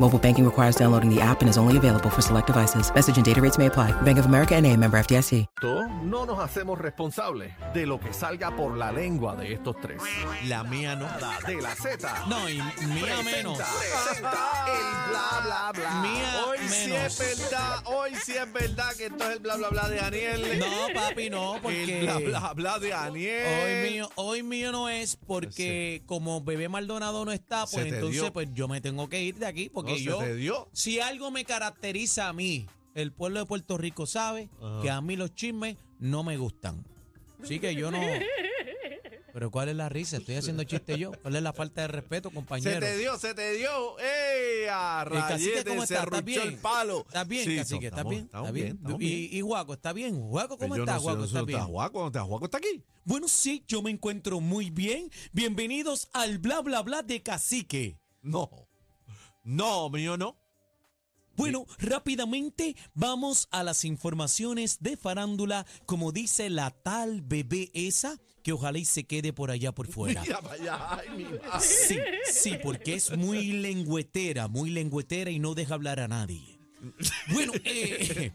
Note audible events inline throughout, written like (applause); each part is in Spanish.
Mobile banking requires downloading the app and is only available for select devices. Message and data rates may apply. Bank of America and a member FDIC. No nos hacemos responsables de lo que salga por la lengua de estos tres. La mía no. La de la Z. No, y mía menos. Presenta el bla bla bla. Mía Hoy sí menos. es verdad, hoy sí es verdad que esto es el bla bla bla de Daniel. No, papi, no, porque El bla bla bla de Daniel. hoy mío, hoy mío no es porque como bebé Maldonado no está, Se pues te entonces dio. pues yo me tengo que ir de aquí porque No, se yo te dio. si algo me caracteriza a mí, el pueblo de Puerto Rico sabe que a mí los chismes no me gustan. Así que (laughs) yo no Pero ¿cuál es la risa? Estoy haciendo chiste yo. ¿Cuál es la falta de respeto, Se compañero? te dio, se te dio. ¡Ey! A El cacique, rayete, ¿cómo se estás? ¿Estás arruchó bien? el palo. ¿Estás bien, Sí, cacique? ¿Estás estamos- bien? estamos ¿Estás bien, bien? estamos bien. Pues Y, y Guaco, ¿está bien? Guaco, ¿cómo Yo estás? no sé, Guaco, no sé, ¿estás bien? ¿Está Juaco? ¿Está Juaco? ¿Está aquí? Bueno, sí, yo me encuentro muy bien. Bienvenidos al bla bla bla de cacique. No. No, mío no. Bueno, rápidamente vamos a las informaciones de farándula, como dice la tal bebé esa, que ojalá y se quede por allá por fuera. Mira para allá. Ay, mi madre. Sí, sí, porque es muy lengüetera, muy lengüetera y no deja hablar a nadie. Bueno, eh,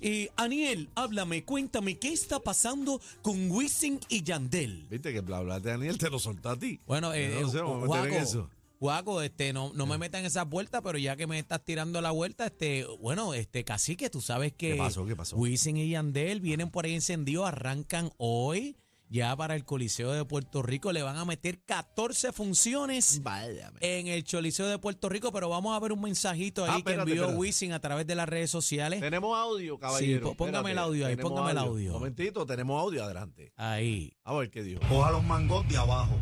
eh, Aniel, háblame, cuéntame, ¿qué está pasando con Wisin y Yandel? Viste que bla bla de Daniel te lo soltó a ti. Bueno, eh, no sé, eh, vamos a meter en Guaco, eso. Guaco, este, no, no me metan en esa vuelta, pero ya que me estás tirando la vuelta, este, bueno, este, cacique, tú sabes que ¿Qué pasó? ¿Qué pasó? Wisin y Yandel vienen por ahí encendidos, arrancan hoy ya para el Coliseo de Puerto Rico, le van a meter 14 funciones Váyame. en el Coliseo de Puerto Rico, pero vamos a ver un mensajito ahí Ah, que espérate, envió espérate. Wisin a través de las redes sociales. Tenemos audio, caballero. eh. po- póngame el audio ahí, tenemos póngame el audio. Un momentito, tenemos audio adelante. Ahí. A ver qué dijo. Coja los mangos de abajo.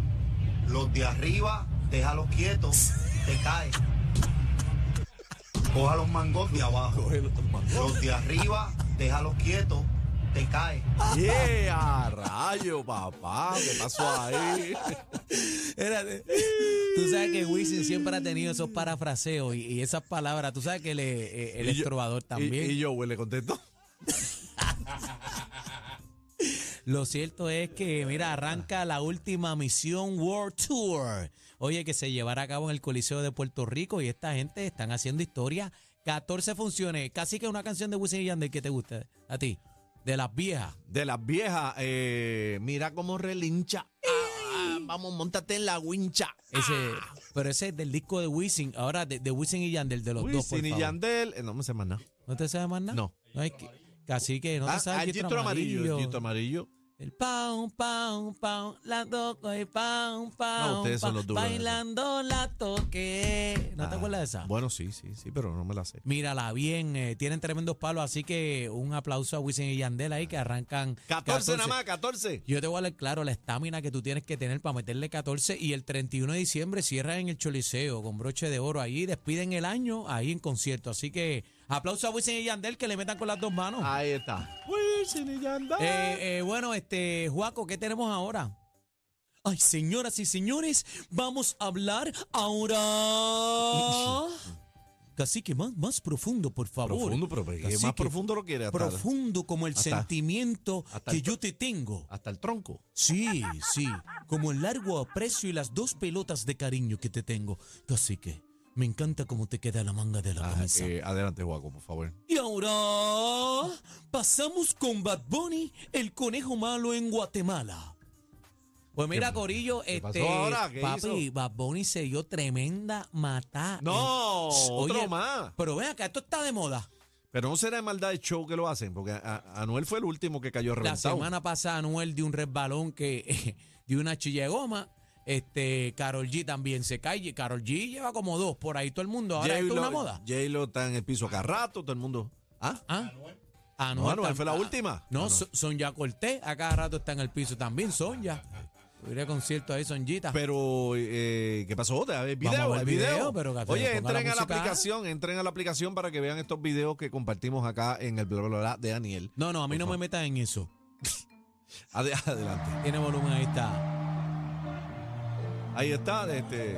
Los de arriba, déjalos quietos, te cae. Coja los mangos de abajo. Los de arriba, déjalos quietos, te cae. ¡Yeah! ¡Rayo, papá! ¿Qué pasó ahí? (laughs) Espérate. Tú sabes que Wisin siempre ha tenido esos parafraseos y, y esas palabras. Tú sabes que él es, eh, él Y es yo- trovador también. Y, y yo, güey, le contestó. Lo cierto es que, mira, arranca la última misión World Tour. Oye, que se llevará a cabo en el Coliseo de Puerto Rico y esta gente están haciendo historia. 14 funciones. Casi que una canción de Wisin y Yandel que te gusta a ti. De las viejas. De las viejas, eh, mira cómo relincha. Ah, ah, vamos, montate en la wincha. Ah, Ese, Pero ese es del disco de Wisin. Ahora, de, de Wisin y Yandel, de los dos, por Wisin y favor. Yandel. eh, No me sé más nada. ¿No te sabes más nada? No. No es que, casi que no te Ah, sabes ah, el Gistro amarillo. El Gistro amarillo. El pam, pam, pam, la toco y pam, pam. No, ustedes son pam, los duros en eso. Bailando la toque. ¿No te Ah, acuerdas de esa? Bueno, sí, sí, sí, pero no me la sé. Mírala bien, eh, tienen tremendos palos, así que un aplauso a Wisin y Yandel ahí que arrancan. 14 nada más, 14. Yo te voy a hablar claro la estamina que tú tienes que tener para meterle 14 y el 31 de diciembre cierran en el Choliseo con broche de oro ahí, despiden el año ahí en concierto. Así que aplauso a Wisin y Yandel que le metan con las dos manos. Ahí está. Wisin y Yandel. Eh, eh, bueno, este, Juaco, ¿qué tenemos ahora? Ay, señoras y señores, vamos a hablar ahora. Casi que más, más profundo, por favor. profundo, pero eh, Cacique, más profundo lo quiere. Hasta, Profundo como el Hasta- sentimiento hasta que el- yo te tengo. hasta el tronco. Sí, sí, como el largo aprecio y las dos pelotas de cariño que te tengo. Cacique, me encanta cómo te queda la manga de la Ah, camisa. eh, adelante, Juaco, por favor. Y ahora pasamos con Bad Bunny, el conejo malo en Guatemala. Pues mira, ¿Qué- Corillo, qué este, pasó ahora? ¿Qué papi, hizo? Bad Bunny se dio tremenda matada. No, Oye, otro más. Pero ven acá, esto está de moda. Pero no será de maldad de show que lo hacen, porque a- a- Anuel fue el último que cayó La reventado. semana pasada Anuel dio un resbalón que (laughs) dio una chilla de goma. Este, Carol G también se cae. Carol G lleva como dos por ahí todo el mundo. Ahora esto es una moda. J-Lo está en el piso acá rato, todo el mundo. ¿Ah? ¿Ah? No, Anuel tam- fue la ah, última. No, Ah, no. So- Sonia Cortés, a cada rato está en el piso también, Sonia. Hubiera concierto ahí, Sonjita. Pero, eh, ¿qué pasó? Te- ¿El video? ah. Vamos a ver ¿El video, video? pero que- ponga Oye, la entren a la música. aplicación, entren a la aplicación para que vean estos videos que compartimos acá en el bla bla bla de Daniel. No, no, a mí no Por me favor. metas en eso. Ade- adelante. Tiene volumen, ahí está. Ahí está, este.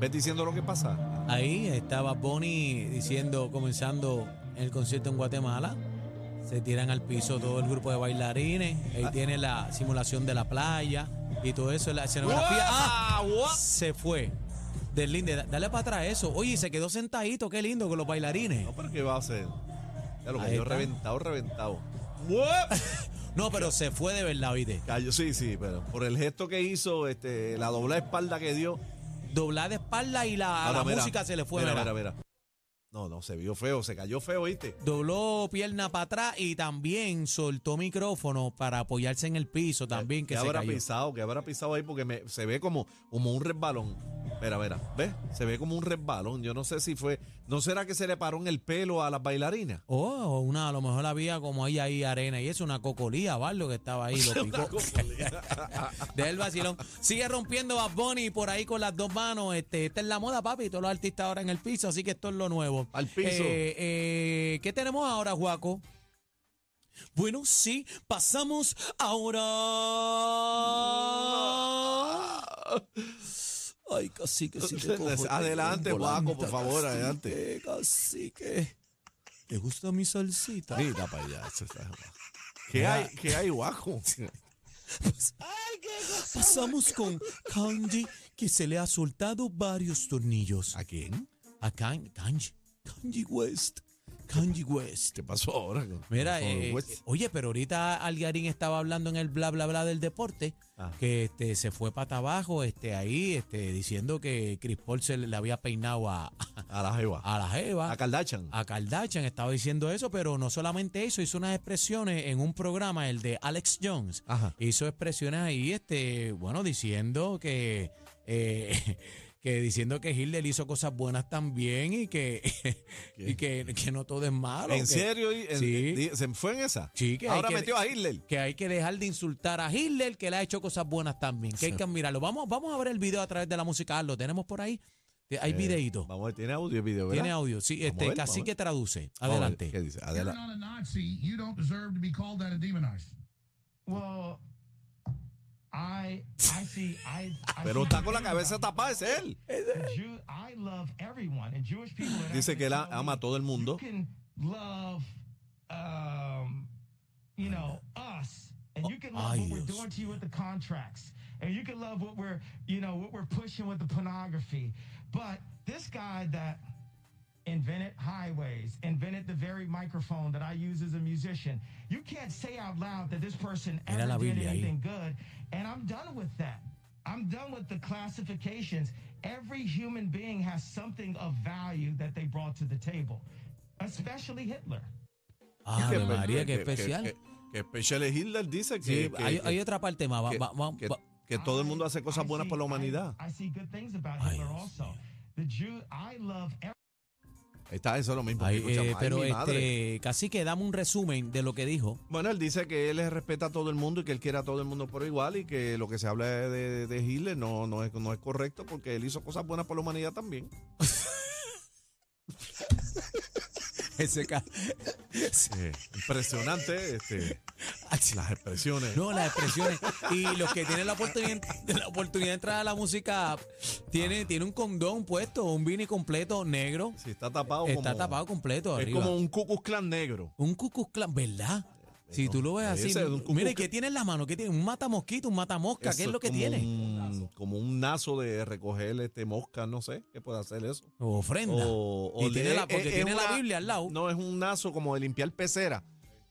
¿Ves diciendo lo que pasa? Ahí estaba Bonnie diciendo, comenzando el concierto en Guatemala. Se tiran al piso todo el grupo de bailarines. Ahí Ah. tiene la simulación de la playa y todo eso, la escenografía. ¡Ah! Se fue. Del linde. Dale para atrás eso. Oye, y se quedó sentadito, qué lindo con los bailarines. No, pero ¿qué va a hacer? Ya lo Ahí cayó está. reventado, reventado. (laughs) No, pero se fue de verdad, ¿viste? Cayó, sí, sí, pero por el gesto que hizo, este, la doblada espalda que dio. Doblar de espalda y la, a Ahora, la mira, música se le fue. Mira, ¿verdad? mira, mira. No, no, se vio feo, se cayó feo, ¿viste? Dobló pierna para atrás y también soltó micrófono para apoyarse en el Eh, piso también, que ¿Qué se habrá cayó. pisado? ¿Qué habrá pisado ahí? Porque me- se ve como, como un resbalón. Mira, mira, ¿ves? Se ve como un resbalón. Yo no sé si fue. ¿No será que se le paró en el pelo a las bailarinas? Oh, una, a lo mejor había como ahí, ahí arena y eso, una cocolía, Barlo, que estaba ahí, (laughs) lo picó. (laughs) Deja el vacilón. Sigue rompiendo Bad Bunny por ahí con las dos manos. Este, esta es la moda, papi, todos los artistas ahora en el piso, así que esto es lo nuevo. Al piso. Eh, eh, ¿Qué tenemos ahora, Juaco? Bueno, sí, pasamos ahora. Ay, casi que (laughs) si te cojo. Adelante, tengo volanta, Paco, por favor, cacique, adelante. Cacique. ¿Te gusta mi salsita? Mira para allá. eso está- ¿Qué hay, ¿Qué hay, (laughs) guaco? Pasamos con Kanji, que se le ha soltado varios tornillos. ¿A quién? A Kan- Kanji. Kanji West. Kanji West. ¿Qué pasó ahora? Mira, Con eh, West. eh, oye, pero ahorita Algarín estaba hablando en el bla bla bla del deporte, Ah. que este se fue pata abajo, este ahí, este diciendo que Chris Paul se le le había peinado a, (laughs) a la jeva. a la jeva, A Kardashian. a Kardashian estaba diciendo eso, pero no solamente eso, hizo unas expresiones en un programa, el de Alex Jones. Ajá. Hizo expresiones ahí, este, bueno, diciendo que. eh, (laughs) que diciendo que Hitler hizo cosas buenas también y que, (laughs) y que, que no todo es malo. ¿En ah, que- serio? ¿Y- en- Sí. di- ¿Se fue en esa? Sí, que hay ahora que- metió a Hitler. que hay que dejar de insultar a Hitler, que le ha hecho cosas buenas también, que hay que admirarlo. Vamos, vamos a ver el video a través de la música, lo tenemos por ahí. Hay Eh, videíto, Vamos, a ver, tiene audio y video, ¿verdad? tiene audio. Sí, Vamos a este, ver, casi vamos a que ver. traduce. Vamos a ver Adelante. ¿Qué dice? You're Adelante. not a Nazi. You don't deserve to be called that and demonized. Well, I I see I. I (laughs) Pero see está the con la thing cabeza about tapada, es él. the Jew- I love everyone and Jewish people. and Dice African que él people, ama a todo el mundo. You can love, um, you know, us, and you can love Ay, what we're Dios doing to you with the contracts, and you can love what we're, you know, what we're pushing with the pornography. But this guy that invented highways, invented the very microphone that I use as a musician, you can't say out loud that this person Mira la ever did Biblia ahí. anything good, and I'm done with that. I'm done with the classifications. Every human being has something of value that they brought to the table, especially Hitler. Ah, Que- María, que- qué que- especial. Que, que especial es Hitler, dice que, Sí, que- hay, que- hay otra parte más. Va- que- va- va- que- va- que todo el mundo hace I cosas buenas see- por la I- humanidad. I, see good things about Ay, Hitler Dios also. mío. The Jew, I love every Ahí está, eso es lo mismo. que Ay, escuchamos. eh, Ay, pero mi madre. este, casi que dame un resumen de lo que (laughs) dijo. Bueno, él dice que él respeta a todo el mundo y que él quiere a todo el mundo por igual y que lo que se habla de, de Hitler no, no, es, no es correcto porque él hizo cosas buenas por la humanidad también. Ese ca- Eh, impresionante este, las (laughs) expresiones. no, las expresiones. Y los que tienen la oportunidad, la oportunidad de entrar a la música, tiene, tiene un condón puesto, un vini completo negro. Si está tapado Está como- tapado completo Es arriba. como un cucus clan negro. Un cucus clan, ¿verdá? Si tú lo ves así, Ese es un Ku Klux mire, Klan. ¿qué tiene en las manos? ¿Qué tiene? ¿Un mata mosquito? ¿Un mata mosca? Eso ¿Qué es lo que como tiene? un- como un nazo de recoger este mosca, no sé, ¿qué puede hacer eso? Ofrenda. O- o y tiene le- la, porque es- es tiene la una- Biblia al lado. No, es un nazo como de limpiar pecera.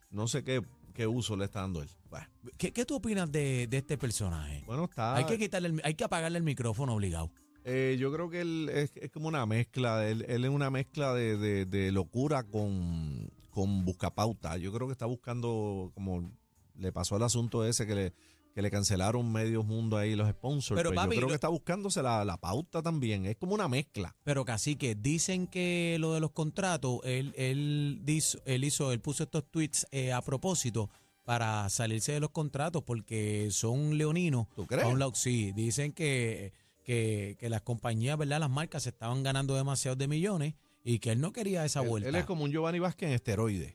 No sé qué, qué uso le está dando él. Bueno, ¿Qué, qué tú opinas de, de este personaje? Bueno, ah. está. Hay que quitarle, el- hay que apagarle el micrófono obligado. eh, yo creo que él es, es como una mezcla. Él, él es una mezcla de, de- de locura con, con buscapauta. Yo creo que está buscando, como le pasó al asunto ese que le, que le cancelaron medio mundo ahí los sponsors. Pero, Pero, papi, yo creo lo- que está buscándose la, la pauta también. Es como una mezcla. Pero casi que dicen que lo de los contratos, él, él, dis- él hizo, él puso estos tweets eh, a propósito para salirse de los contratos porque son leoninos. ¿Tú crees? A un lado, sí, dicen que, que, que las compañías, ¿verdad? Las marcas se estaban ganando demasiados de millones y que él no quería esa Él- vuelta. Él es como un Giovanni Vázquez (laughs) en esteroides.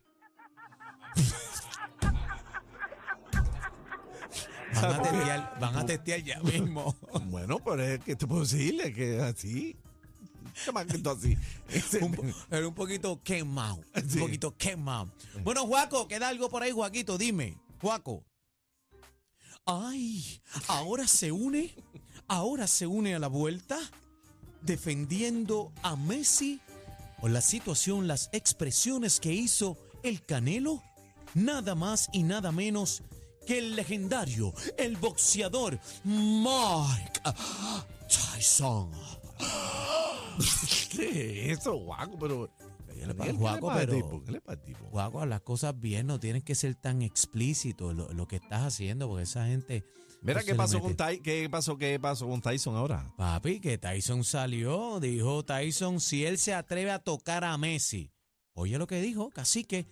van, a testear, van a testear ya (laughs) mismo. Bueno, pero es que esto es posible que así. Este (laughs) Chamaquito así. Ese- Un po- era un poquito quemado. Sí. Un poquito quemado. Bueno, Juaco, queda algo por ahí, Juaquito. Dime, Juaco. Ay, ahora se une, ahora se une a la vuelta, defendiendo a Messi o la situación, las expresiones que hizo el Canelo, nada más y nada menos que el legendario, el boxeador Mike Tyson. Este, ¿Qué es eso, guaco? Pero. ¿Qué le pasa, Daniel, guaco, ¿qué le pasa al pero- tipo? ¿Qué le pasa al tipo? Guaco, haz las cosas bien, no tienes que ser tan explícito lo, lo que estás haciendo, porque esa gente. Mira no se qué le pasó mete. con Ty- qué pasó, qué pasó con Tyson ahora. Papi, que Tyson salió, dijo Tyson, si él se atreve a tocar a Messi, oye lo que dijo, cacique,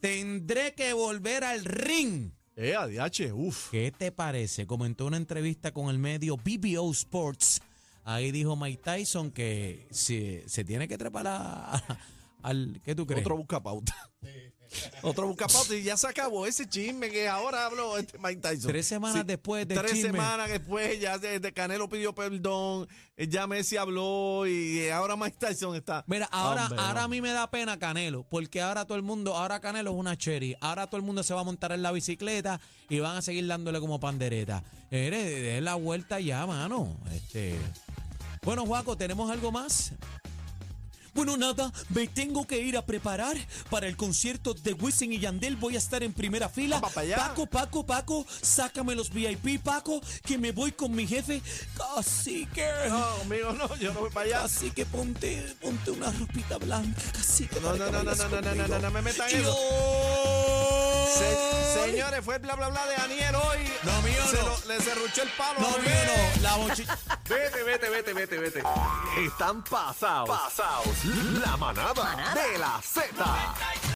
tendré que volver al ring. Eh, ADH, uff. ¿Qué te parece? Comentó una entrevista con el medio BBO Sports. Ahí dijo Mike Tyson que se, se tiene que trepar a- (laughs) al... ¿Qué tú crees? Otro busca pauta. (laughs) Otro busca pauta y ya se acabó ese chisme que ahora habló este Mike Tyson. Tres semanas después del Tres chisme. semanas después ya eh, de, de Canelo pidió perdón, eh, ya Messi habló y eh, ahora Mike Tyson está. Mira, ahora, Hombre, ahora no. a mí me da pena Canelo, porque ahora todo el mundo, ahora Canelo es una cherry, ahora todo el mundo se va a montar en la bicicleta y van a seguir dándole como pandereta. Eres de la vuelta ya, mano. Este. Bueno, Juaco, ¿tenemos algo más? Bueno, nada, me tengo que ir a preparar para el concierto de Wisin y Yandel. Voy a estar en primera fila. Vamos pa' allá. Paco, Paco, Paco, sácame los VIP, Paco, que me voy con mi jefe. Así que... No, amigo, no, yo no voy para allá. Así que ponte, ponte una ropita blanca, casi que No, para no, que no, no, vayas no, no, no, no, no, no me metan en eso. ¡Gol! Se- señores, fue bla bla bla de Daniel hoy. No, mío Se no. lo- le cerruchó el palo. No, bebé. mío, no, la bochita. Vete, vete, vete, vete, vete. Están pasados. Pasados. La manada, de la Z.